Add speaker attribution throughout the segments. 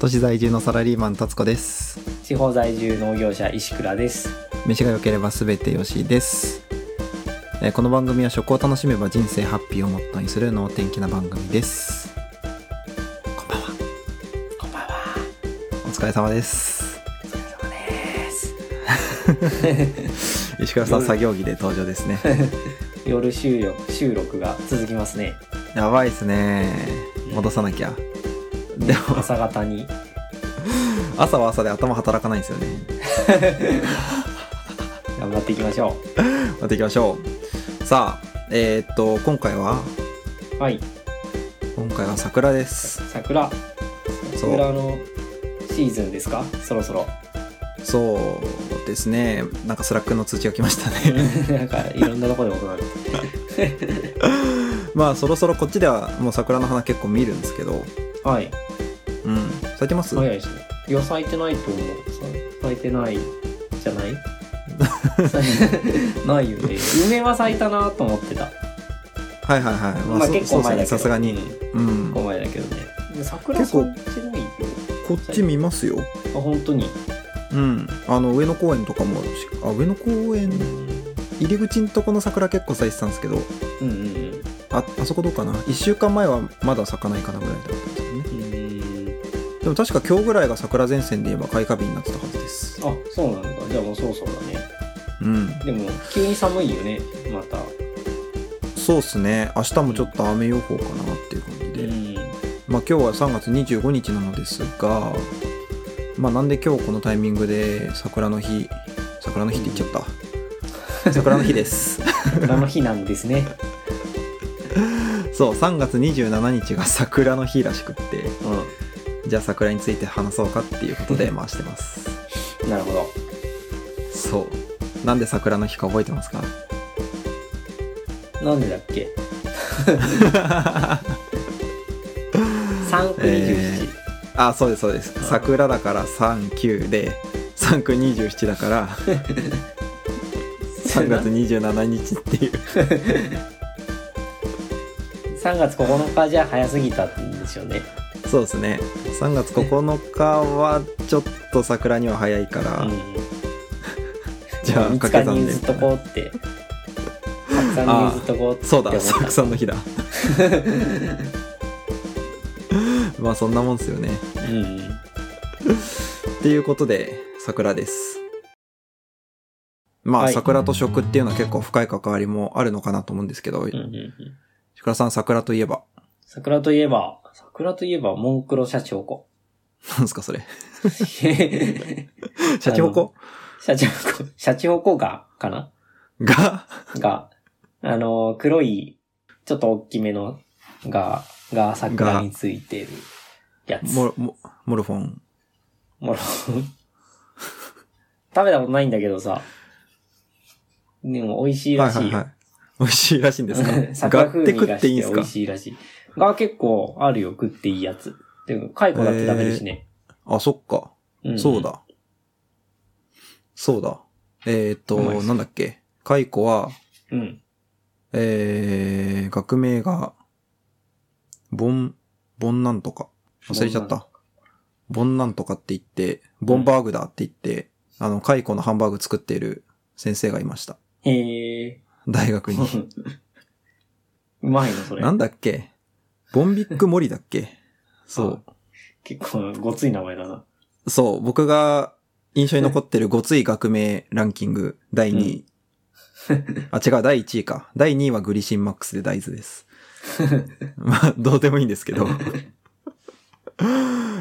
Speaker 1: 都市在住のサラリーマン達子です
Speaker 2: 地方在住農業者石倉です。
Speaker 1: 飯が良ければ全てよしですえーこの番組は食を楽しめば人生ハッピーをモットーにする能天気な番組ですこんばんは
Speaker 2: こんばんは。
Speaker 1: お疲れ様です
Speaker 2: お疲れ様です。
Speaker 1: 石川さん作業着で登場ですね
Speaker 2: 夜収録収録が続きますね。
Speaker 1: やばいですね戻さなきゃでも
Speaker 2: 朝方に
Speaker 1: 朝は朝で頭働かないんですよね
Speaker 2: 頑張っていきましょ
Speaker 1: やっていきましょうさあえーっと今回は
Speaker 2: う。はい。
Speaker 1: 今回は桜です
Speaker 2: 桜。
Speaker 1: そう
Speaker 2: 桜のシーズンですか？そろそろ。
Speaker 1: そうですねなんかスラックの通知が来ましたね
Speaker 2: なんかいろんなとこで行われてる。
Speaker 1: まあそろそろこっちではもう桜の花結構見るんですけど
Speaker 2: はい。
Speaker 1: うん咲いてます、
Speaker 2: 早いですね。いや咲いてないと思う。咲いてないじゃ ない？ないよね。梅は咲いたなと思ってた。
Speaker 1: はいはいはいまあ、
Speaker 2: まあ
Speaker 1: そ
Speaker 2: 結構
Speaker 1: そう
Speaker 2: 前だけ
Speaker 1: です
Speaker 2: ど
Speaker 1: ねさすがにうん、
Speaker 2: この前だけどね。で桜
Speaker 1: 結
Speaker 2: そ
Speaker 1: 構
Speaker 2: っちのいいよ。
Speaker 1: こっち見ますよ
Speaker 2: あ本当に。
Speaker 1: うんあの上野公園とかもしあ上野公園入り口んとこの桜結構咲いてたんですけど
Speaker 2: うんうん
Speaker 1: ああそこどうかな1週間前はまだ咲かないかなぐらいだったんですよね
Speaker 2: うん。うん。
Speaker 1: でも確か今日ぐらいが桜前線で言えば開花日になってたはずです
Speaker 2: あそうなんだ。じゃあもうそろそろだね。
Speaker 1: うん
Speaker 2: でも急に寒いよね。また。
Speaker 1: そうっすね明日もちょっと雨予報かなっていう感じで、
Speaker 2: うん。
Speaker 1: まあ今日は3月25日なのですがまあなんで今日このタイミングで桜の日桜の日って言っちゃった、桜の日です
Speaker 2: 桜の日なんですね。
Speaker 1: そう3月27日が桜の日らしくって
Speaker 2: う
Speaker 1: じゃあ桜について話そうかっていうことで回してます
Speaker 2: ん。なるほど。
Speaker 1: そうなんで桜の日か覚えてますか
Speaker 2: なんでだっけ？三九二十
Speaker 1: え あそうですそうです
Speaker 2: ん
Speaker 1: 桜だから39で3927だから
Speaker 2: 七。
Speaker 1: 3月27日っていう
Speaker 2: 3月9日じゃ早すぎたんですよね。
Speaker 1: そうですね3月9日はちょっと桜には早いから、
Speaker 2: うん。
Speaker 1: じゃあ
Speaker 2: 5
Speaker 1: 掛け
Speaker 2: 日
Speaker 1: 算
Speaker 2: に
Speaker 1: で
Speaker 2: 譲っとこうって。たくさんに譲っとこうって
Speaker 1: そう
Speaker 2: 思っ
Speaker 1: だ
Speaker 2: た。
Speaker 1: 作さんの日 だまあそんなもんですよね
Speaker 2: うん
Speaker 1: っ
Speaker 2: うん。
Speaker 1: ていうことで桜ですまあ、
Speaker 2: はい
Speaker 1: 桜と食っていうのは結構深い関わりもあるのかなと思うんですけど、
Speaker 2: うん
Speaker 1: 石
Speaker 2: うんうん。
Speaker 1: 倉さん桜といえば
Speaker 2: 桜といえば、桜といえば、モンクロシャチホ コ。
Speaker 1: なんすかそれ
Speaker 2: シ
Speaker 1: シャチホコ
Speaker 2: ャチホコ、シャチホコが、かな
Speaker 1: が
Speaker 2: が、あの、黒い、ちょっと大きめの、が、が桜についてるやつ。
Speaker 1: モルモモルフォン
Speaker 2: もろ 食べたことないんだけどさ。でも美味しいらしいよ。
Speaker 1: い、美味しいらしいんですか
Speaker 2: 桜
Speaker 1: がっ
Speaker 2: 風
Speaker 1: て
Speaker 2: 味
Speaker 1: 食
Speaker 2: が
Speaker 1: っていいん
Speaker 2: して
Speaker 1: す
Speaker 2: 美
Speaker 1: か
Speaker 2: 味しいらしい。が結構あるよ、食っていいやつ。でも、カイコだって食べるしね。
Speaker 1: あそっか
Speaker 2: ん
Speaker 1: そう。だ。そうだ。えーっと、
Speaker 2: うまいっす
Speaker 1: なんだっけ。カイコは、
Speaker 2: うん。
Speaker 1: えー、学名が、ボン、ボンなんとか。忘れちゃった。ボンなんとかって言って、ボンバーグだって言って、あの、カイコのハンバーグ作っている先生がいました。
Speaker 2: へえ。
Speaker 1: 大 学に。
Speaker 2: うまいの、それ
Speaker 1: な。んだっけボンビックモリだっけそう。
Speaker 2: 結構、ごつい名前だな。
Speaker 1: そう、僕が印象に残ってるごつい学名ランキング第2位。あ、違う、第1位か。第2位はグリシンマックスで大豆 です。まあ、どうでもいいんですけど。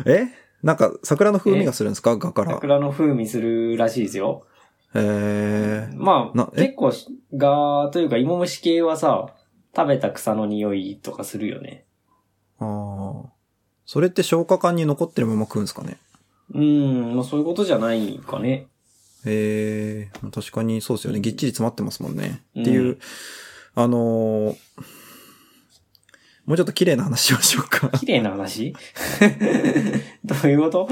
Speaker 1: えなんか、桜の風味がするんですか画から。
Speaker 2: 桜の風味するらしいですよ。
Speaker 1: えー、
Speaker 2: まあ
Speaker 1: な、え
Speaker 2: 結構し、が、というか、芋虫系はさ、食べた草の匂いとかするよね。
Speaker 1: あーそれって消化管に残ってるまま食うんですかね
Speaker 2: うん、まあそういうことじゃないかね。
Speaker 1: えー、確かにそうですよね。ぎっちり詰まってますもんね。
Speaker 2: うん
Speaker 1: っていう、あのーもうちょっと綺麗な話をしようか。
Speaker 2: 綺麗な話どういうこと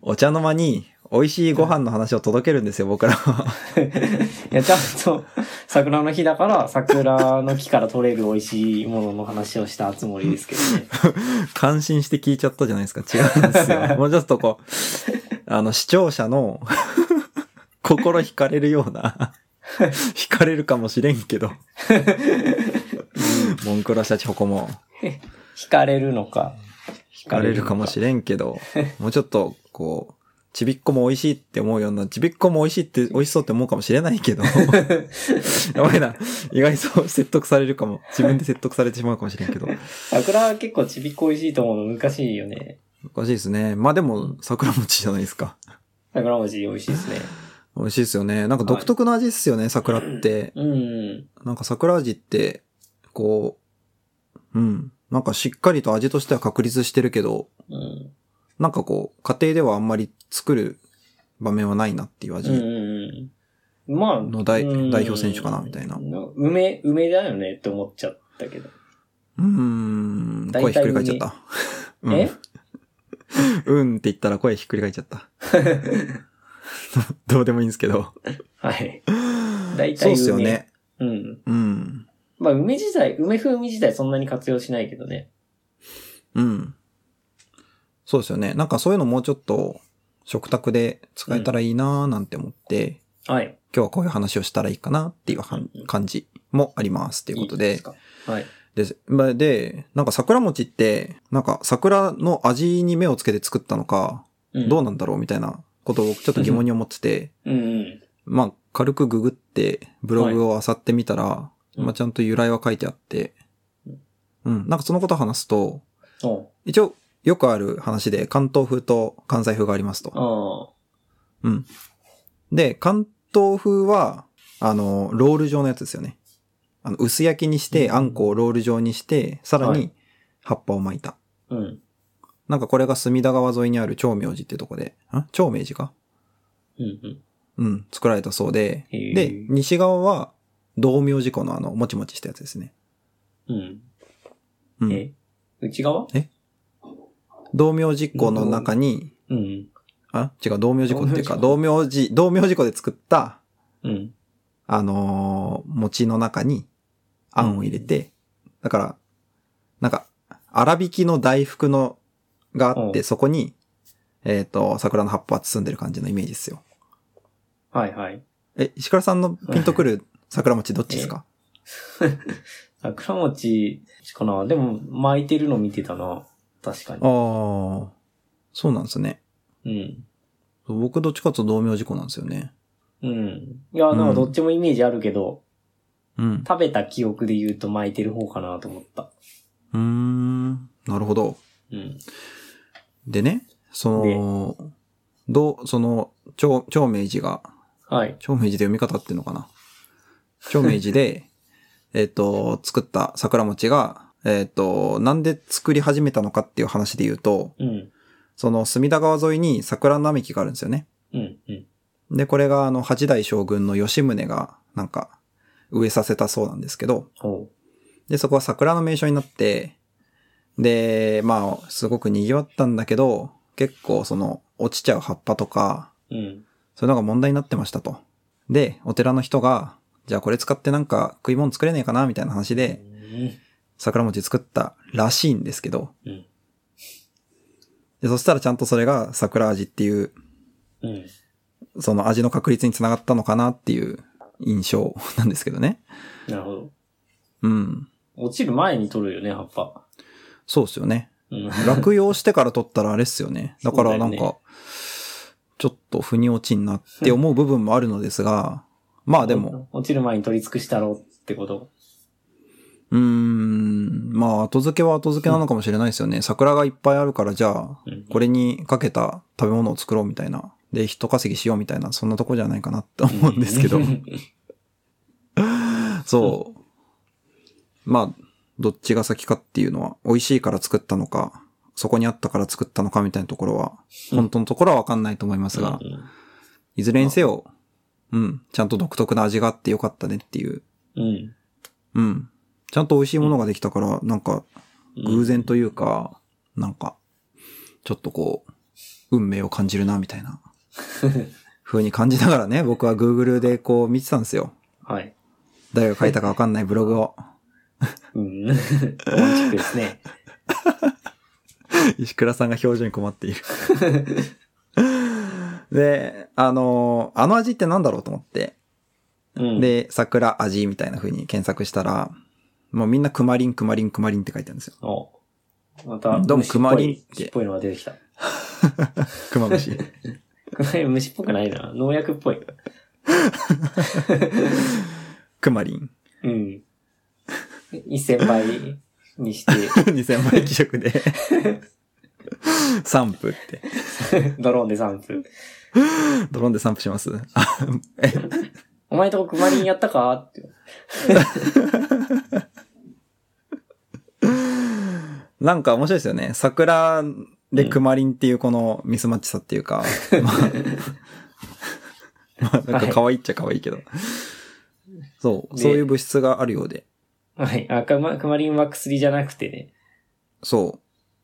Speaker 1: お茶の間に美味しいご飯の話を届けるんですよ、僕らは。
Speaker 2: いや、ちゃんと、桜の日だから、桜の木から取れる美味しいものの話をしたつもりですけどね。
Speaker 1: 感心して聞いちゃったじゃないですか。違うんですよ。もうちょっとこう、あの、視聴者の心惹かれるような、惹かれるかもしれんけど。モンクロシャチホコも
Speaker 2: 惹かれるのか。惹
Speaker 1: 惹かれるかもしれんけど、もうちょっとこう、ちびっこも美味しいって思うような、ちびっこも美味しいって、美味しそうって思うかもしれないけど、やばいな。意外と説得されるかも。自分で説得されてしまうかもしれんけど。
Speaker 2: 桜は結構ちびっこ美味しいと思うの難しいよね。
Speaker 1: おかしいですね。まあでも、桜餅じゃないですか。
Speaker 2: 桜餅美味しいですね。
Speaker 1: 美味しいですよね。なんか独特の味ですよね、桜って。
Speaker 2: うん。
Speaker 1: なんか桜味って、こう、うん。なんかしっかりと味としては確立してるけど、
Speaker 2: うん。
Speaker 1: なんかこう、家庭ではあんまり作る場面はないなっていう
Speaker 2: うんうん
Speaker 1: 味
Speaker 2: うん。まあ。
Speaker 1: の代,、
Speaker 2: うん
Speaker 1: 代表選手かな、みたいな。う
Speaker 2: 梅、梅だよねって思っちゃったけど。
Speaker 1: ーん。
Speaker 2: 大
Speaker 1: 声ひっ
Speaker 2: 体
Speaker 1: くり返っちゃった。うん
Speaker 2: え
Speaker 1: うんって言ったら声ひっくり返っちゃ った。どうでもいいんですけど。
Speaker 2: はい。大体梅。
Speaker 1: そうっすよね。
Speaker 2: うん。
Speaker 1: うん。
Speaker 2: まあ、梅自体、梅風味自体そんなに活用しないけどね。
Speaker 1: うん。そうですよね。なんかそういうのもうちょっと食卓で使えたらいいなーなんて思って、
Speaker 2: はい。
Speaker 1: 今日はこういう話をしたらいいかなっていうはん
Speaker 2: うん
Speaker 1: 感じもありますっていうこと
Speaker 2: いい
Speaker 1: で。
Speaker 2: すかはい。
Speaker 1: でまで、なんか桜餅って、なんか桜の味に目をつけて作ったのか、
Speaker 2: うん
Speaker 1: どうなんだろうみたいなことをちょっと疑問に思ってて、
Speaker 2: うんうん。
Speaker 1: まあ軽くググってブログを漁ってみたら、
Speaker 2: い
Speaker 1: まあちゃんと由来は書いてあって
Speaker 2: う、
Speaker 1: うん、なんかそのことを話すと、
Speaker 2: おう
Speaker 1: 一応、よくある話で、関東風と関西風がありますと。
Speaker 2: あ
Speaker 1: うん。で、関東風は、あの、ロール状のやつですよね。あの、薄焼きにして、
Speaker 2: うん
Speaker 1: あんこをロール状にして、さら
Speaker 2: は
Speaker 1: に葉っぱを巻いた。
Speaker 2: あ。うん。
Speaker 1: なんかこれが隅田川沿いにある長明寺ってとこで、ん長明寺か
Speaker 2: うんうん。
Speaker 1: うん、作られたそうで、
Speaker 2: へー
Speaker 1: で、西側は、道明寺湖のあの、もちもちしたやつですね。
Speaker 2: うん。
Speaker 1: うん。
Speaker 2: え内側
Speaker 1: 道明寺湖の中に、
Speaker 2: うん。
Speaker 1: あ違う、道明寺湖っていうか、
Speaker 2: 道
Speaker 1: 道明寺、道明寺湖で作った、
Speaker 2: うん。
Speaker 1: あのー餅の中に、あんを入れて、だから、なんか、粗挽きの大福の、があっ
Speaker 2: う
Speaker 1: て、
Speaker 2: ん
Speaker 1: そこに、えっ、と、桜の葉っぱ包んでる感じのイメージですよ。
Speaker 2: はいはい。
Speaker 1: え、石倉さんのピンとくる桜餅どっちですか
Speaker 2: 桜餅かなでも巻いてるの見てたな。確か
Speaker 1: ああー、そうなんですね。
Speaker 2: に。
Speaker 1: 僕どっちかというと同名事故なんですよね。
Speaker 2: うん。うん。いや、なんかどっちもイメージあるけど、
Speaker 1: うん。
Speaker 2: 食べた記憶で言うと巻いてる方かなと思った。
Speaker 1: うーん、なるほど。
Speaker 2: うん。
Speaker 1: でね、その、どう、その、長、長明寺が
Speaker 2: はい。
Speaker 1: 長明寺で読み方合ってんのかな長明寺で、 えっと、作った桜餅が、えっと、なんで作り始めたのかっていう話で言うと、
Speaker 2: うん。
Speaker 1: その隅田川沿いに桜並木があるんですよね。
Speaker 2: うん。うん。
Speaker 1: で、これがあの、八代将軍の吉宗が、なんか、植えさせたそうなんですけど、
Speaker 2: おう。
Speaker 1: で、そこは桜の名所になって、で、まあ、すごく賑わったんだけど、結構その、落ちちゃう葉っぱとか、
Speaker 2: うん。
Speaker 1: そういうのが問題になってましたと。で、お寺の人が、じゃあこれ使ってなんか食い物作れねえかなみたいな話で、桜餅作ったらしいんですけど、
Speaker 2: うん。
Speaker 1: でそしたらちゃんとそれが桜味っていう、
Speaker 2: うん。
Speaker 1: その味の確立につながったのかなっていう印象なんですけどね。
Speaker 2: なるほど。
Speaker 1: うん。
Speaker 2: 落ちる前に取るよね、葉っぱ。
Speaker 1: そうっすよね。
Speaker 2: うん。
Speaker 1: 落葉してから取ったらあれっすよね。だからなん
Speaker 2: そうだよ
Speaker 1: か、ちょっと腑に落ちんなって思う部分もあるのですが、まあでも、。
Speaker 2: 落ちる前に取り尽くしたろってこと。
Speaker 1: うーん、まあ、後付けは後付けなのかもしれないですよね。桜がいっぱいあるから、じゃあ、
Speaker 2: うん
Speaker 1: これにかけた食べ物を作ろうみたいな。で、人稼ぎしようみたいな、そんなとこじゃないかなって思うんですけど
Speaker 2: う。ん
Speaker 1: そう。まあ、どっちが先かっていうのは、美味しいから作ったのか、そこにあったから作ったのかみたいなところは、
Speaker 2: うん
Speaker 1: 本当のところはわかんないと思いますが、いずれにせよ、うん、ちゃんと独特な味があってよかったねっていう。
Speaker 2: うん。
Speaker 1: うん。ちゃんと美味しいものができたから、なんか、偶然というか、なんか、ちょっとこう、運命を感じるな、みたいな風に感じながらね、僕は Google でこう見てたんですよ。
Speaker 2: はい。
Speaker 1: 誰が書いたかわかんないブログを。
Speaker 2: うん。 ロマンチックですね。
Speaker 1: 石倉さんが表情に困っている。で、あの、あの味ってなんだろうと思って、
Speaker 2: うん。、
Speaker 1: で、桜味みたいな風に検索したら、もうみんなクマリン、クマリン、クマリンって書いてあるんですよ。
Speaker 2: おまた、
Speaker 1: どうも
Speaker 2: 虫っ
Speaker 1: 熊
Speaker 2: ぽい
Speaker 1: 林って
Speaker 2: 虫っぽいのが出てきた。
Speaker 1: クマムシ。
Speaker 2: これ虫っぽくないな。農薬っぽい。
Speaker 1: クマリ ン。
Speaker 2: うん。1000倍に して、
Speaker 1: 2000倍希釈で。 散布って。
Speaker 2: ドローンで3分。
Speaker 1: ドローンで散布します。あえ
Speaker 2: お前んとこクマリンやったかって。
Speaker 1: なんか面白いですよね。桜でクマリンっていうこのミスマッチさっていう か、まあ、まあなんか可愛いっちゃ可愛いけど。そう、
Speaker 2: で
Speaker 1: そういう物質があるようで。
Speaker 2: はい。あ、クマ、クマリンは薬じゃなくてね。
Speaker 1: そ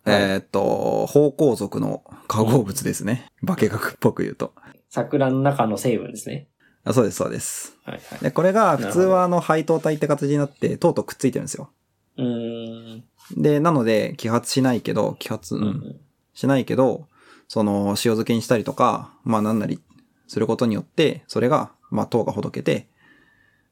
Speaker 1: う。
Speaker 2: はい
Speaker 1: えーっと、芳香族の化合物ですね。化学っぽく言うと。
Speaker 2: 桜の中の成分ですね。
Speaker 1: あそうです、そうです。
Speaker 2: はいはい。
Speaker 1: で、これが普通
Speaker 2: なるほど
Speaker 1: はあの配糖体って形になって、とうとうくっついてるんですよ。
Speaker 2: うーん。
Speaker 1: で、なので、揮発しないけど、揮発、うん、しないけど、その、塩漬けにしたりとか、まあなんなりすることによって、それが、まあ糖がほどけて、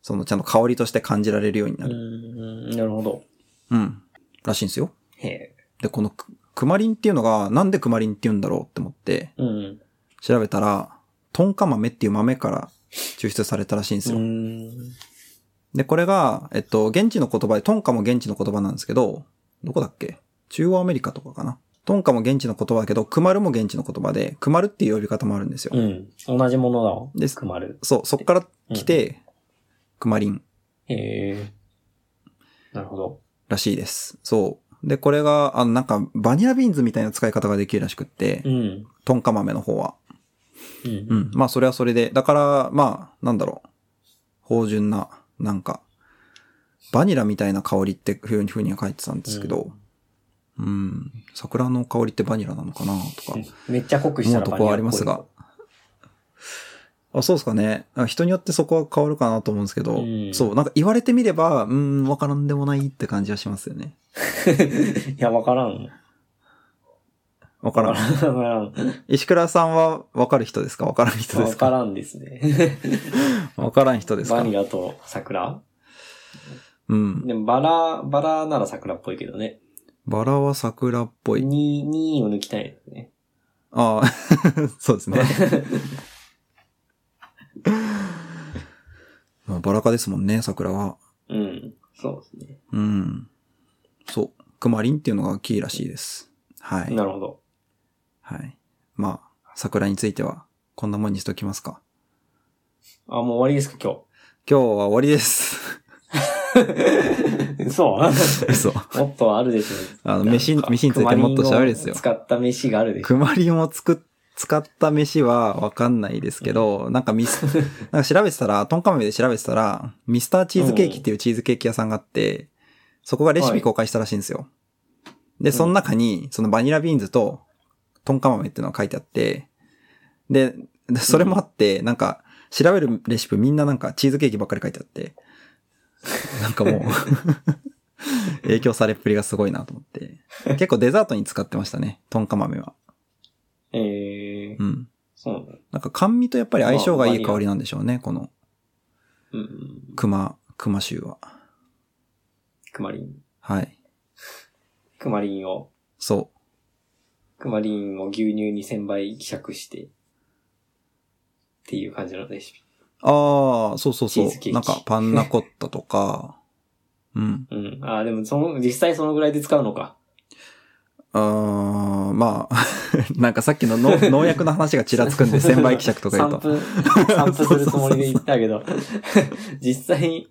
Speaker 1: そのちゃんと香りとして感じられるように
Speaker 2: う
Speaker 1: なる。
Speaker 2: ん。なるほど。
Speaker 1: うん。らしいんですよ。
Speaker 2: へえ。
Speaker 1: で、このく、クマリンっていうのが、なんでクマリンって言うんだろうって思って、
Speaker 2: うん。
Speaker 1: 調べたら、トンカ豆っていう豆から抽出されたらしいんです
Speaker 2: う
Speaker 1: よ。
Speaker 2: ん。
Speaker 1: で、これが、えっと、現地の言葉で、トンカも現地の言葉なんですけど、どこだっけ中央アメリカとかかな。トンカも現地の言葉だけど、クマルも現地の言葉で、クマルっていう呼び方もあるんですよ。
Speaker 2: うん。同じものだわ。
Speaker 1: です
Speaker 2: クマル。
Speaker 1: そう、そっから来て、クマリン
Speaker 2: へえ。なるほど。
Speaker 1: らしいです。そう。で、これが、あの、なんか、バニラビーンズみたいな使い方ができるらしくって
Speaker 2: う、ん。
Speaker 1: トンカ豆の方は。
Speaker 2: う。
Speaker 1: うんん。まあ、それはそれで。だから、まあ、なんだろう。芳醇な、なんか、バニラみたいな香りってふうにふうには書いてたんですけど、うん、桜の香りってバニラなのかなとか、
Speaker 2: めっちゃ濃くし
Speaker 1: 思
Speaker 2: た
Speaker 1: う
Speaker 2: ら
Speaker 1: と
Speaker 2: バ
Speaker 1: こ
Speaker 2: ニ
Speaker 1: はあり
Speaker 2: ラっぽい
Speaker 1: ますが。。あそうですかね。あ人によってそこは変わるかなと思うんですけど、
Speaker 2: うん
Speaker 1: そう、なんか言われてみれば、うん、わからんでもないって感じはしますよね。
Speaker 2: い や、わからん。
Speaker 1: わからん。
Speaker 2: わから ん。
Speaker 1: 石倉さんはわかる人ですかわからん人で
Speaker 2: わ
Speaker 1: す
Speaker 2: か
Speaker 1: から
Speaker 2: んですね。
Speaker 1: わからん人です
Speaker 2: バ
Speaker 1: か
Speaker 2: ニラと桜
Speaker 1: うん。
Speaker 2: でもバラ、バラなら桜っぽいけどね。
Speaker 1: バラは桜っぽい。
Speaker 2: に、にを抜きたいですね。
Speaker 1: ああ、 そうですね。 まあバラ科ですもんね、桜は。
Speaker 2: うん。そうですね。
Speaker 1: うん。そう。クマリンっていうのがキーらしいです。はい。
Speaker 2: なるほど。
Speaker 1: はい。まあ、桜については、こんなもんにしときますか。
Speaker 2: あ、もう終わりですか、
Speaker 1: 今日は終わりです。
Speaker 2: 今日。そう。
Speaker 1: 嘘。
Speaker 2: もっとあるでしょ。
Speaker 1: あの、飯、
Speaker 2: なんか
Speaker 1: 飯についてもっと喋るですよ
Speaker 2: クマリンを。使った飯があるでしょ。
Speaker 1: クマリンをつく、使った飯はわかんないですけど、なんかミ ス、なんか調べてたら、トンカメで調べてたら、ミスターチーズケーキっていうチーズケーキ屋さんがあって、そこがレシピ公開したらしいんですよ。で、その中に、そのバニラビーンズと、トンカ豆っていうのが書いてあって、で、でそれもあって、なんか、調べるレシピみんななんかチーズケーキばっかり書いてあって、なんかもう、 影響されっぷりがすごいなと思って。結構デザートに使ってましたね、トンカ豆は。
Speaker 2: えー、
Speaker 1: うん。
Speaker 2: そうなんだ。
Speaker 1: なんか甘味とやっぱり相性がいい香りなんでしょうね、この
Speaker 2: うん。
Speaker 1: 熊、熊臭は。
Speaker 2: クマリン。
Speaker 1: はい。
Speaker 2: クマリンを、
Speaker 1: そ
Speaker 2: クマリンを牛乳に1000倍希釈して、っていう感じのレシピ。
Speaker 1: う。ああ、そうそうそ
Speaker 2: チーズケー
Speaker 1: う。
Speaker 2: キ
Speaker 1: なんかパンナコッタとか、 うん。
Speaker 2: うん。あ、でもその、実際そのぐらいで使うのか。
Speaker 1: あーまあ、 なんかさっきの の農薬の話がちらつくんで、千倍希釈とか言う
Speaker 2: 散
Speaker 1: と。
Speaker 2: 布、散布するつもりで言ったけど、実際、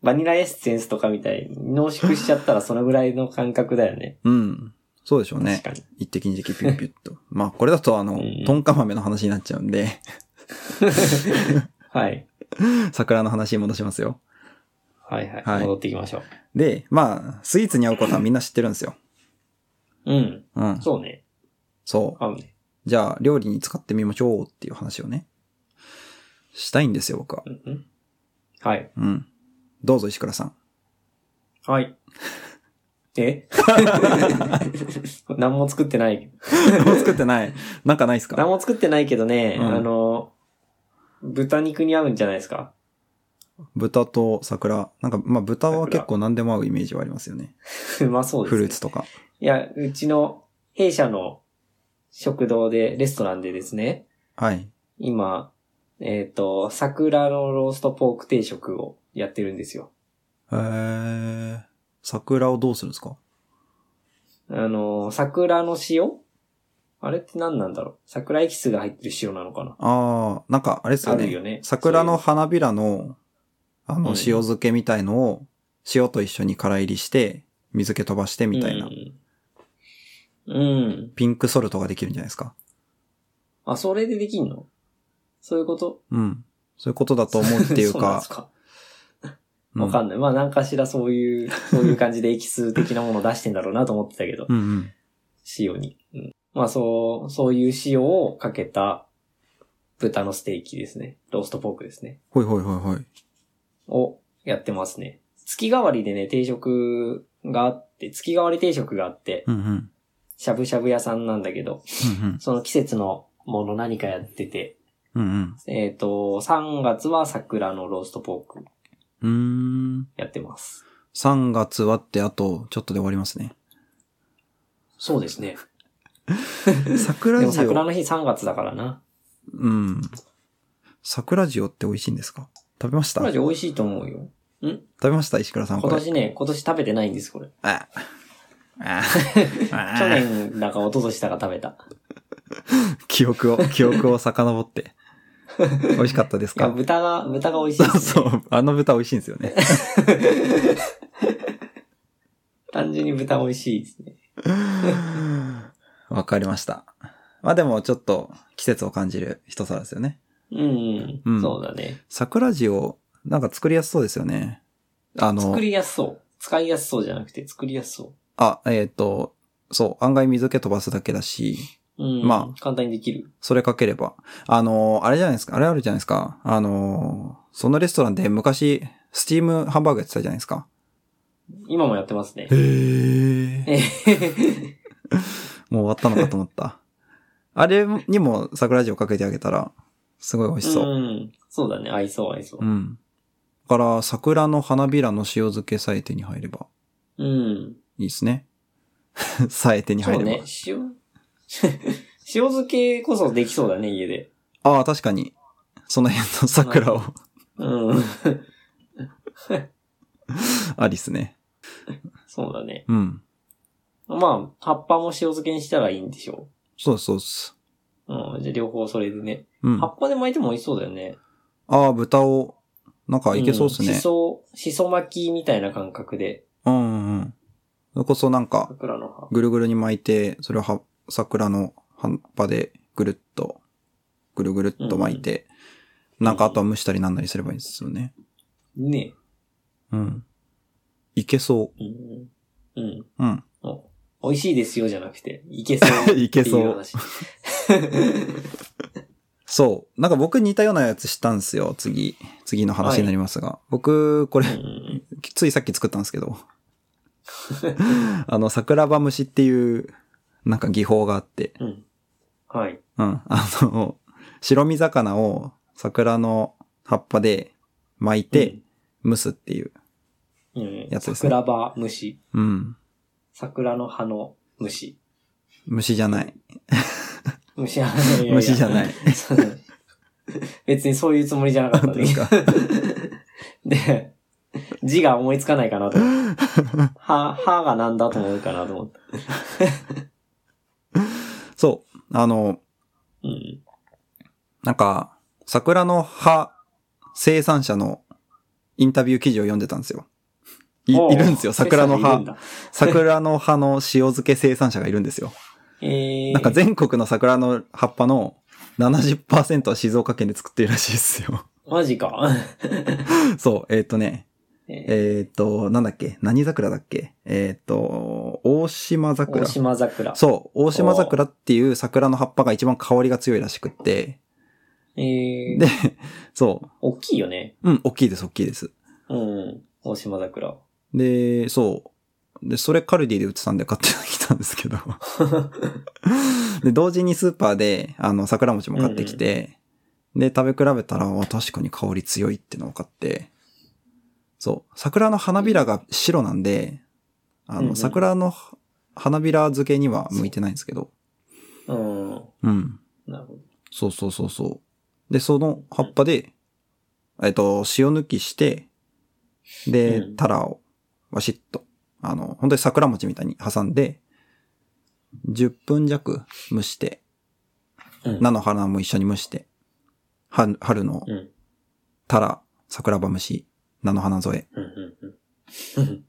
Speaker 2: バニラエッセンスとかみたいに濃縮しちゃったらそのぐらいの感覚だよね。
Speaker 1: うん。そうでしょう
Speaker 2: 確
Speaker 1: ね。
Speaker 2: かに。
Speaker 1: 一滴二滴ピュッピュッと。まあ、これだとあの
Speaker 2: うん、
Speaker 1: トンカ豆の話になっちゃうんで、
Speaker 2: はい。
Speaker 1: 桜の話に戻しますよ。
Speaker 2: はいはい。
Speaker 1: はい
Speaker 2: 戻っていきましょう。
Speaker 1: で、まあ、スイーツに合うことはみんな知ってるんですよ。
Speaker 2: うん。
Speaker 1: うん。
Speaker 2: そうね。
Speaker 1: そう。
Speaker 2: 合うね。
Speaker 1: じゃあ料理に使ってみましょうっていう話をね、したいんですよ、僕は。
Speaker 2: うんうんはい。
Speaker 1: うん。どうぞ、石倉さん。
Speaker 2: はい。え 何も作ってない。
Speaker 1: もう作ってない。なんかないっす
Speaker 2: 何
Speaker 1: か
Speaker 2: も作ってないけどね、
Speaker 1: うん
Speaker 2: あの、豚肉に合うんじゃないですか。
Speaker 1: 豚と桜。なんか、まあ豚は結構何でも合うイメージはありますよね。
Speaker 2: うまそうです、
Speaker 1: フ
Speaker 2: ね。
Speaker 1: ルーツとか。
Speaker 2: いや、うちの弊社の食堂で、レストランでですね、
Speaker 1: はい。
Speaker 2: 今、えっ、と、桜のローストポーク定食をやってるんですよ。
Speaker 1: えー、桜をどうするんですか
Speaker 2: あの、桜の塩あれって何なんだろう桜エキスが入ってる塩なのかな
Speaker 1: あー、なんかあれですよ
Speaker 2: あ
Speaker 1: ね。
Speaker 2: るよね
Speaker 1: 桜の花びらの、あの、
Speaker 2: う
Speaker 1: 塩
Speaker 2: ん
Speaker 1: 漬けみたいのを、塩と一緒に空入りして、水気飛ばしてみたいな。
Speaker 2: うん。うん。
Speaker 1: ピンクソルトができるんじゃないですか。
Speaker 2: あ、それでできんのそういうこと
Speaker 1: うん。そういうことだと思うっていう
Speaker 2: そうなんで
Speaker 1: か
Speaker 2: す。か
Speaker 1: うん
Speaker 2: わかんない。まあ、何かしらそういう、そういう感じでエキス的なものを出してんだろうなと思ってたけど、
Speaker 1: うんうん。
Speaker 2: 塩に。うんまあ、そう、そういう塩をかけた豚のステーキですね。ローストポークですね。
Speaker 1: ほいほいほいほい。
Speaker 2: をやってますね。月替わりでね、定食があって、月替わり定食があって、
Speaker 1: うんうん。うん
Speaker 2: しゃぶしゃぶ屋さんなんだけど、
Speaker 1: うん。
Speaker 2: その季節のもの何かやってて、
Speaker 1: うん
Speaker 2: えっ、と、3月は桜のローストポーク
Speaker 1: うん。うーん。
Speaker 2: やってます。
Speaker 1: 3月はってあと、ちょっとで終わりますね。
Speaker 2: そうですね。
Speaker 1: 桜
Speaker 2: でも
Speaker 1: ジ
Speaker 2: 桜
Speaker 1: オ。
Speaker 2: の日3月だからな。
Speaker 1: うん。桜ジオって美味しいんですか食べました
Speaker 2: 桜
Speaker 1: 食
Speaker 2: 味美味しいと思うよ。ん
Speaker 1: べました石倉さんこ
Speaker 2: 今
Speaker 1: れ。
Speaker 2: 年ね、今年食べてないんです、これ。
Speaker 1: ああ。あ
Speaker 2: 去年だか一昨年だか食べた。
Speaker 1: 記憶を、記憶を遡って。美味しかったです
Speaker 2: いや、
Speaker 1: か
Speaker 2: 豚が、豚が美味しいです。
Speaker 1: そう。あの豚美味しいんですよね。
Speaker 2: 単純に豚美味しいですね。
Speaker 1: わかりました。まあでもちょっと季節を感じる一皿ですよね。
Speaker 2: うん、
Speaker 1: うん
Speaker 2: そうだね。
Speaker 1: 桜ジオ、なんか作りやすそうですよね。あの
Speaker 2: 作、りやすそう。使いやすそうじゃなくて作りやすそ
Speaker 1: あ、えっ、と、そう、案外水気飛ばすだけだし、
Speaker 2: う。うん、
Speaker 1: ま
Speaker 2: あ。簡単にできる。
Speaker 1: それかければ。あの、あれじゃないですか、あれあるじゃないですか。あの、そのレストランで昔、スチームハンバーグやってたじゃないですか。
Speaker 2: 今もやってますね
Speaker 1: へ。ー。
Speaker 2: え
Speaker 1: もう終わったのかと思った。あれにも桜ジオかけてあげたら、すごい美味しそう。
Speaker 2: ん。そうだね。合いそう合いそう
Speaker 1: う。ん。だから、桜の花びらの塩漬けさえ手に入れば
Speaker 2: うん。
Speaker 1: いいですね。 さえ手に
Speaker 2: そ
Speaker 1: 入
Speaker 2: う
Speaker 1: れば。
Speaker 2: ね。塩、 塩漬けこそできそうだね、家で。
Speaker 1: ああ、確かに。その辺の桜を、
Speaker 2: うん。
Speaker 1: ありっすね。
Speaker 2: そうだね。
Speaker 1: うん。
Speaker 2: まあ、葉っぱも塩漬けにしたらいいんでしょ
Speaker 1: そうそうっす。
Speaker 2: う。うん。じゃあ両方それでね。
Speaker 1: うん。
Speaker 2: 葉
Speaker 1: あ
Speaker 2: っぱで巻いても美味しそうだよね。
Speaker 1: あ、豚を、なんかいけそうっす
Speaker 2: ん
Speaker 1: ね
Speaker 2: し。そ、しそ巻きみたいな感覚で、
Speaker 1: うん、うんうん。それこそなんか、
Speaker 2: 桜の葉。
Speaker 1: ぐるぐるに巻いて、それをは桜の葉っぱでぐるっと、ぐるぐるっと巻いて、なんかあとは蒸したりなんなりすればいいんですよね。
Speaker 2: ね。
Speaker 1: うん。いけそ
Speaker 2: うん。うん。
Speaker 1: う。うん。
Speaker 2: お美味しいですよじゃなくて、いけそう。
Speaker 1: いけそう
Speaker 2: っていう話。
Speaker 1: そう。なんか僕似たようなやつしたんですよ。次、次の話になりますが。僕、これ
Speaker 2: う、ん。
Speaker 1: ついさっき作ったんですけど。 あの、桜葉蒸しっていう、なんか技法があって。
Speaker 2: うん。はい。
Speaker 1: うん。あの、白身魚を桜の葉っぱで巻いて蒸すっていう。
Speaker 2: うん、
Speaker 1: やつですね
Speaker 2: 桜葉虫。
Speaker 1: うん。
Speaker 2: 桜の葉の虫。
Speaker 1: 虫じゃない。
Speaker 2: 虫じゃない や。
Speaker 1: 虫じゃない
Speaker 2: そう。 別にそういうつもりじゃなかったんだけど
Speaker 1: 本当
Speaker 2: で、字が思いつかない かなと思った。は、はがなんだと思うかなと思った。
Speaker 1: そう。あの、
Speaker 2: うん。
Speaker 1: なんか、桜の葉生産者のインタビュー記事を読んでたんですよ。い
Speaker 2: おう
Speaker 1: いるんですよ。桜の
Speaker 2: いるん
Speaker 1: 葉。
Speaker 2: だ
Speaker 1: 桜の葉の塩漬け生産者がいるんですよ。
Speaker 2: えー、
Speaker 1: なんか全国の桜の葉っぱの70%は静岡県で作っているらしいですよ。
Speaker 2: マジか。
Speaker 1: そう、えっ、とね、
Speaker 2: え
Speaker 1: えっ、と、なんだっけ何桜だっけえっ、と、大島
Speaker 2: ー、
Speaker 1: 桜
Speaker 2: 大。島桜。
Speaker 1: そう、大島桜っていう桜の葉っぱが一番香りが強いらしくって。
Speaker 2: えー、
Speaker 1: で、そ
Speaker 2: 大きいよね。
Speaker 1: う。うん、大きいです、大きいです。
Speaker 2: うん。大島桜。
Speaker 1: で、そう。で、それカルディで売ってたんで買ってきたんです けど。で、同時にスーパーで、あの、桜餅も買ってきて、で、食べ比べたら、あ確かに香り強いってのを買って、そう。桜の花びらが白なんで、あ
Speaker 2: うんう
Speaker 1: の、
Speaker 2: ん
Speaker 1: 桜の花びら漬けには向いてないんですけど、
Speaker 2: うん。
Speaker 1: うん。
Speaker 2: なるほど。
Speaker 1: そうそうそうそう。で、その葉っぱで、えっと、塩抜きして、で
Speaker 2: う、ん
Speaker 1: タラを、わしっと、あの、本当に桜餅みたいに挟んで、10分弱蒸して、
Speaker 2: うん
Speaker 1: 菜の花も一緒に蒸して、春春の
Speaker 2: うん。
Speaker 1: タラ、桜葉蒸し、菜の花添え
Speaker 2: うん。うん。うん。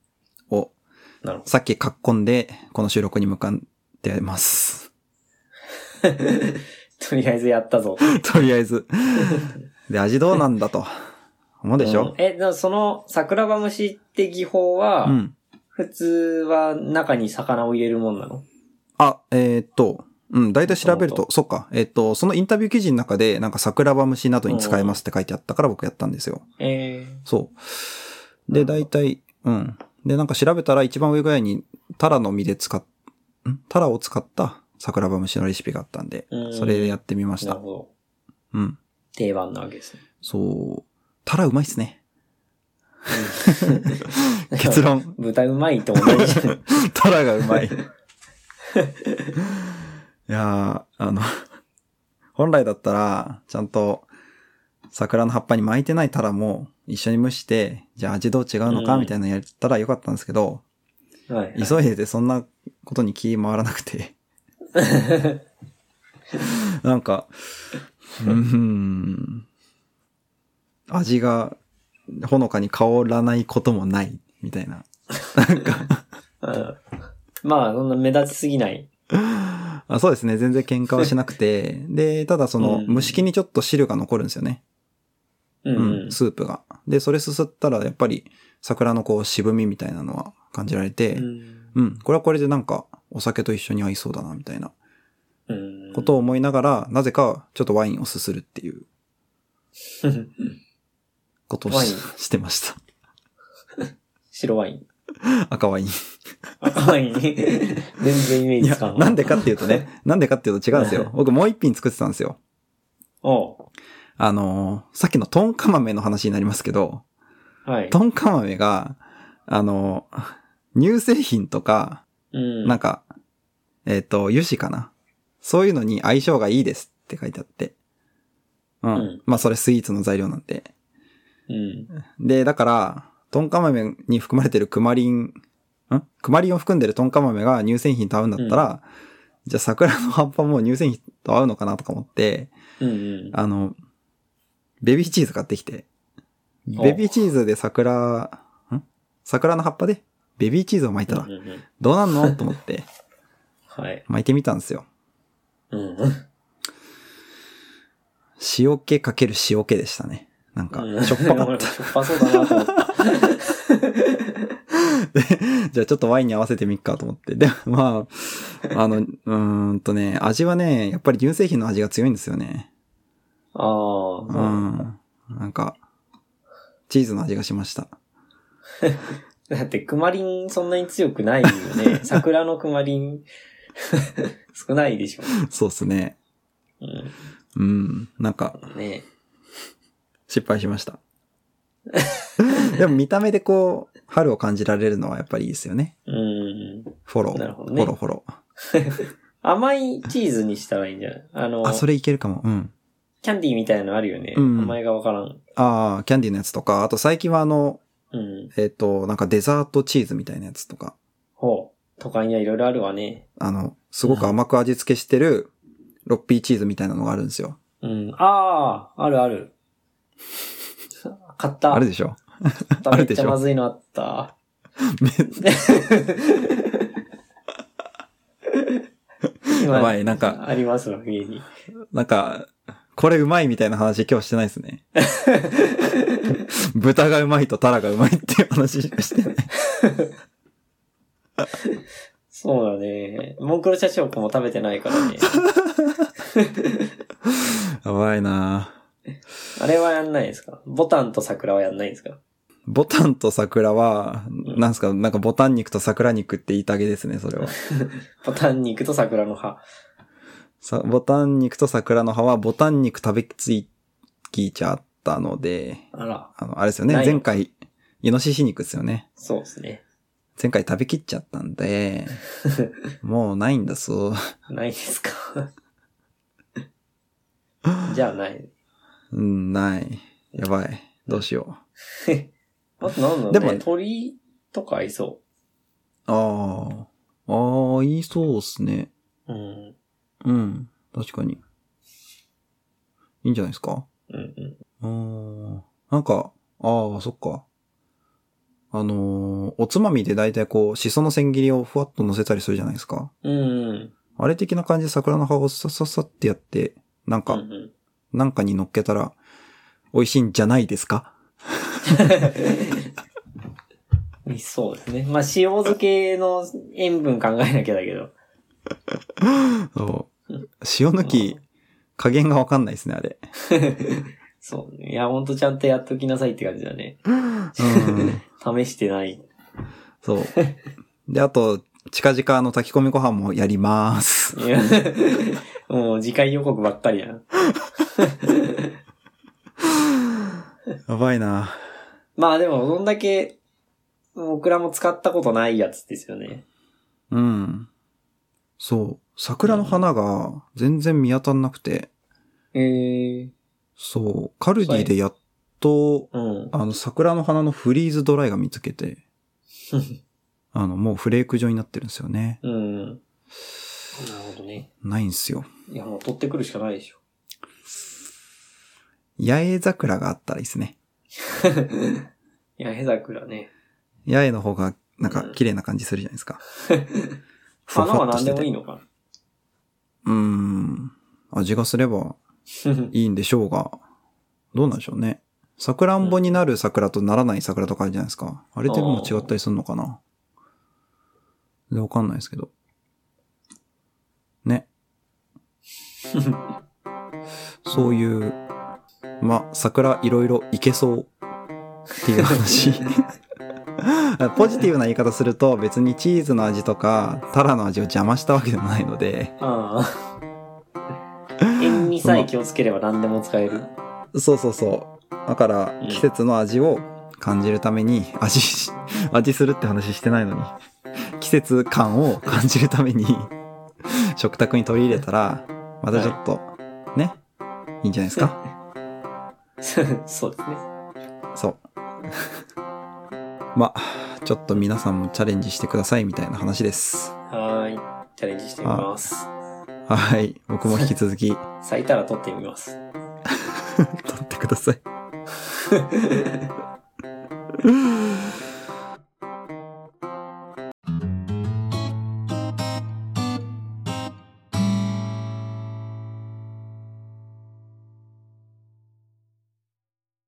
Speaker 1: を、
Speaker 2: なるほど。
Speaker 1: さっきかっこんで、この収録に向かって ます。
Speaker 2: とりあえずやったぞ。
Speaker 1: とりあえず。で、味どうなんだと。思うでしょ
Speaker 2: うん、え、でもその桜葉蒸しって技法は、
Speaker 1: うん。
Speaker 2: 普通は中に魚を入れるもんなの
Speaker 1: あ、えーっと、うん、大体調べる
Speaker 2: 元
Speaker 1: と、そっか、えーっと、そのインタビュー記事の中で、なんか桜葉虫などに使えますって書いてあったから僕やったんですよ。
Speaker 2: え
Speaker 1: そう。で、
Speaker 2: なる
Speaker 1: 大体、うん。で、なんか調べたら一番上ぐらいに、タラの実で使っ、んタラを使った桜葉虫のレシピがあったんで
Speaker 2: う、ん
Speaker 1: それでやってみま
Speaker 2: ー、
Speaker 1: し
Speaker 2: なる
Speaker 1: た。
Speaker 2: ほど。
Speaker 1: うん。
Speaker 2: 定番なわけですね。
Speaker 1: そう。タラうまいっすね。結論。
Speaker 2: 豚うまいと同じじゃん。
Speaker 1: タラがう まい。いやー、あの、本来だったら、ちゃんと、桜の葉っぱに巻いてないタラも一緒に蒸して、じゃあ味どう違うのか
Speaker 2: うん
Speaker 1: みたいなのやったらよかったんですけど、
Speaker 2: はいはい。
Speaker 1: 急いでてそんなことに気回らなく て。なんか、うーん、味がほのかに香らないこともない、みたいな。
Speaker 2: うんまあ、そんな目立ちすぎない。
Speaker 1: あそうですね。全然喧嘩はしなく て。で、ただその、
Speaker 2: うん
Speaker 1: 蒸し器にちょっと汁が残るんですよね。
Speaker 2: うん
Speaker 1: う
Speaker 2: うん
Speaker 1: ん。。スープが。で、それすすったら、やっぱり、桜のこう、渋みみたいなのは感じられて、うん、これはこれでなんか、お酒と一緒に合いそうだな、みたいな
Speaker 2: うん
Speaker 1: ことを思いながら、なぜか、ちょっとワインをすするっていうことを
Speaker 2: ワイン
Speaker 1: し してました。
Speaker 2: 白ワイン。
Speaker 1: 赤ワイン。
Speaker 2: 赤ワイン。全然イメー
Speaker 1: い
Speaker 2: ジ
Speaker 1: や
Speaker 2: つかん、わ
Speaker 1: なんでかっていうとね、 なんでかっていうと違うんですよ。僕もう一品作ってたんですよ。
Speaker 2: おう
Speaker 1: あのーさっきのトンカ豆の話になりますけど、
Speaker 2: はい。
Speaker 1: トンカ豆が、あの、乳製品とか、
Speaker 2: うん。
Speaker 1: なんか、えっ、と、油脂かな。そういうのに相性がいいですって書いてあって。うん。
Speaker 2: うん
Speaker 1: まあ、それスイーツの材料なんで。
Speaker 2: うん。
Speaker 1: で、だから、トンカ豆に含まれてるクマリン、んクマリンを含んでるトンカ豆が乳製品と合うんだったら、じゃあ桜の葉っぱも乳製品と合うのかなとか思って、
Speaker 2: うんうん。
Speaker 1: あの、ベビーチーズ買ってきて、
Speaker 2: お
Speaker 1: ベビーチーズで桜、ん桜の葉っぱでベビーチーズを巻いたら
Speaker 2: うん、うんうん
Speaker 1: どうなんのと思って
Speaker 2: はい。
Speaker 1: 巻いてみたんですよ。
Speaker 2: うん。
Speaker 1: 塩気かける塩気でしたね。なんか
Speaker 2: う、ん
Speaker 1: しょっぱ かっ
Speaker 2: しょっぱそうだなと思った。
Speaker 1: た。 じゃあちょっとワインに合わせてみっかと思って。で、まあ、あの、うーんとね、味はね、やっぱり純製品の味が強いんですよね。
Speaker 2: ああ、
Speaker 1: う。ん。なんか、チーズの味がしました。
Speaker 2: だって、クマリンそんなに強くないよ ね。桜のクマリン 少ないでしょ。
Speaker 1: そうっすね。
Speaker 2: う
Speaker 1: うん。なんか、
Speaker 2: ん、ね
Speaker 1: 失敗しました。 でも見た目でこう、春を感じられるのはやっぱりいいですよね。
Speaker 2: うん。
Speaker 1: フォロー。
Speaker 2: なるほどね
Speaker 1: フォローフォロー。
Speaker 2: 甘いチーズにしたらいいんじゃないあの、
Speaker 1: あ、それいけるかも。うん。
Speaker 2: キャンディーみたいなのあるよね。
Speaker 1: うん
Speaker 2: 名前がわからん。
Speaker 1: ああ、キャンディーのやつとか、あと最近はあの、
Speaker 2: うん。
Speaker 1: えっ、と、なんかデザートチーズみたいなやつとか、
Speaker 2: ほう。都会にはいろいろあるわね。
Speaker 1: あの、すごく甘く味付けしてる、ロッピーチーズみたいなのがあるんですよ。
Speaker 2: うん。ああ、あるある。買った。
Speaker 1: あるでしょ
Speaker 2: 買った
Speaker 1: あ
Speaker 2: め
Speaker 1: る
Speaker 2: っ
Speaker 1: でし
Speaker 2: ち
Speaker 1: ょ
Speaker 2: ゃまずいのあった。
Speaker 1: や
Speaker 2: 今
Speaker 1: ばい、なんか、
Speaker 2: ありますわ、家に。
Speaker 1: なんか、これうまいみたいな話今日してないです ね。豚がうまいとタラがうまいっていう話しかしてない。
Speaker 2: そうだね。モンクロ社長子も食べてないからね。
Speaker 1: やばいな
Speaker 2: あれはやんないですかボタンと桜はやんないんですか
Speaker 1: ボタンと桜は、なんすか、なんかボタン肉と桜肉って言いたげですね、それは。
Speaker 2: ボタン肉と桜の葉。
Speaker 1: さ、ボタン肉と桜の葉はボタン肉食べついきちゃったので、
Speaker 2: あら、
Speaker 1: あの、あれですよね、
Speaker 2: ないの
Speaker 1: 前回、イノシシ肉ですよね。
Speaker 2: そうですね。
Speaker 1: 前回食べきっちゃったん で、もうないんだそう。
Speaker 2: ないですか じゃあない。
Speaker 1: うん、ない。やばい。どうしよ
Speaker 2: あとなんだろう、ね、
Speaker 1: でも。
Speaker 2: 鳥とか合いそう
Speaker 1: ああ。ああ、言いそうっすね。
Speaker 2: う。うん。
Speaker 1: うん。確かに。いいんじゃないですか
Speaker 2: うん
Speaker 1: うー
Speaker 2: うん。
Speaker 1: ん。なんか、ああ、そっか。あのーおつまみで大体こう、しその千切りをふわっと乗せたりするじゃないですか。
Speaker 2: うんうん。
Speaker 1: あれ的な感じで桜の葉をさささってやって、なんか、
Speaker 2: うんうん、
Speaker 1: なんかに乗っけたら、美味しいんじゃないですか
Speaker 2: そうですね。まあ、塩漬けの塩分考えなきゃだけど。
Speaker 1: そう。塩抜き、加減がわかんないですね、あれ。
Speaker 2: そうね。いや、ほんとちゃんとやっときなさいって感じだね。
Speaker 1: うん。
Speaker 2: 試してない。
Speaker 1: そう。で、あと、近々あの炊き込みご飯もやります。
Speaker 2: いやもう次回予告ばっかりやな。
Speaker 1: やばいな。
Speaker 2: まあでも、どんだけ、僕らも使ったことないやつですよね。
Speaker 1: うん。そう。桜の花が全然見当たんなくて、
Speaker 2: ええ
Speaker 1: そう。カルディでやっと、
Speaker 2: うん。
Speaker 1: あの、桜の花のフリーズドライが見つけて、あの、もうフレーク状になってるんですよね。
Speaker 2: うん。なるほどね。
Speaker 1: ないんすよ。
Speaker 2: いや、もう取ってくるしかない でしょ。
Speaker 1: 八重桜があったらいいですね。
Speaker 2: いや、ヘザクラね。
Speaker 1: 八重の方が、なんか、綺麗な感じするじゃないですか。ふわ
Speaker 2: 花
Speaker 1: ふ
Speaker 2: は
Speaker 1: わっとし
Speaker 2: 何で
Speaker 1: て
Speaker 2: も
Speaker 1: て
Speaker 2: いいのか
Speaker 1: うーん。味がすれば
Speaker 2: な。
Speaker 1: いいんでしょうが、どうなんでしょうね。桜んぼになる桜とならない桜とかあるじゃないですか。あれってもう違ったりするのかなで、わかんないですけど。ね。そういう、ま、桜いろいろいけそうっていう話。ポジティブな言い方すると別にチーズの味とかタラの味を邪魔したわけでもないので、
Speaker 2: ああ。 塩味さえ気をつければ何でも使える。
Speaker 1: そうそうそう。だから
Speaker 2: うん、
Speaker 1: 季節の味を感じるために、味し、 味するって話してないのに、 季節感を感じるために、 食卓に取り入れたら、またちょっと、ね、いいんじゃないですか。
Speaker 2: そうですね。
Speaker 1: そう。 まあ、ちょっと皆さんもチャレンジしてくださいみたいな話です。
Speaker 2: はーい。チャレンジしてみます。
Speaker 1: はい。僕も引き続 き、
Speaker 2: 咲いたら取ってみます。
Speaker 1: 撮ってください。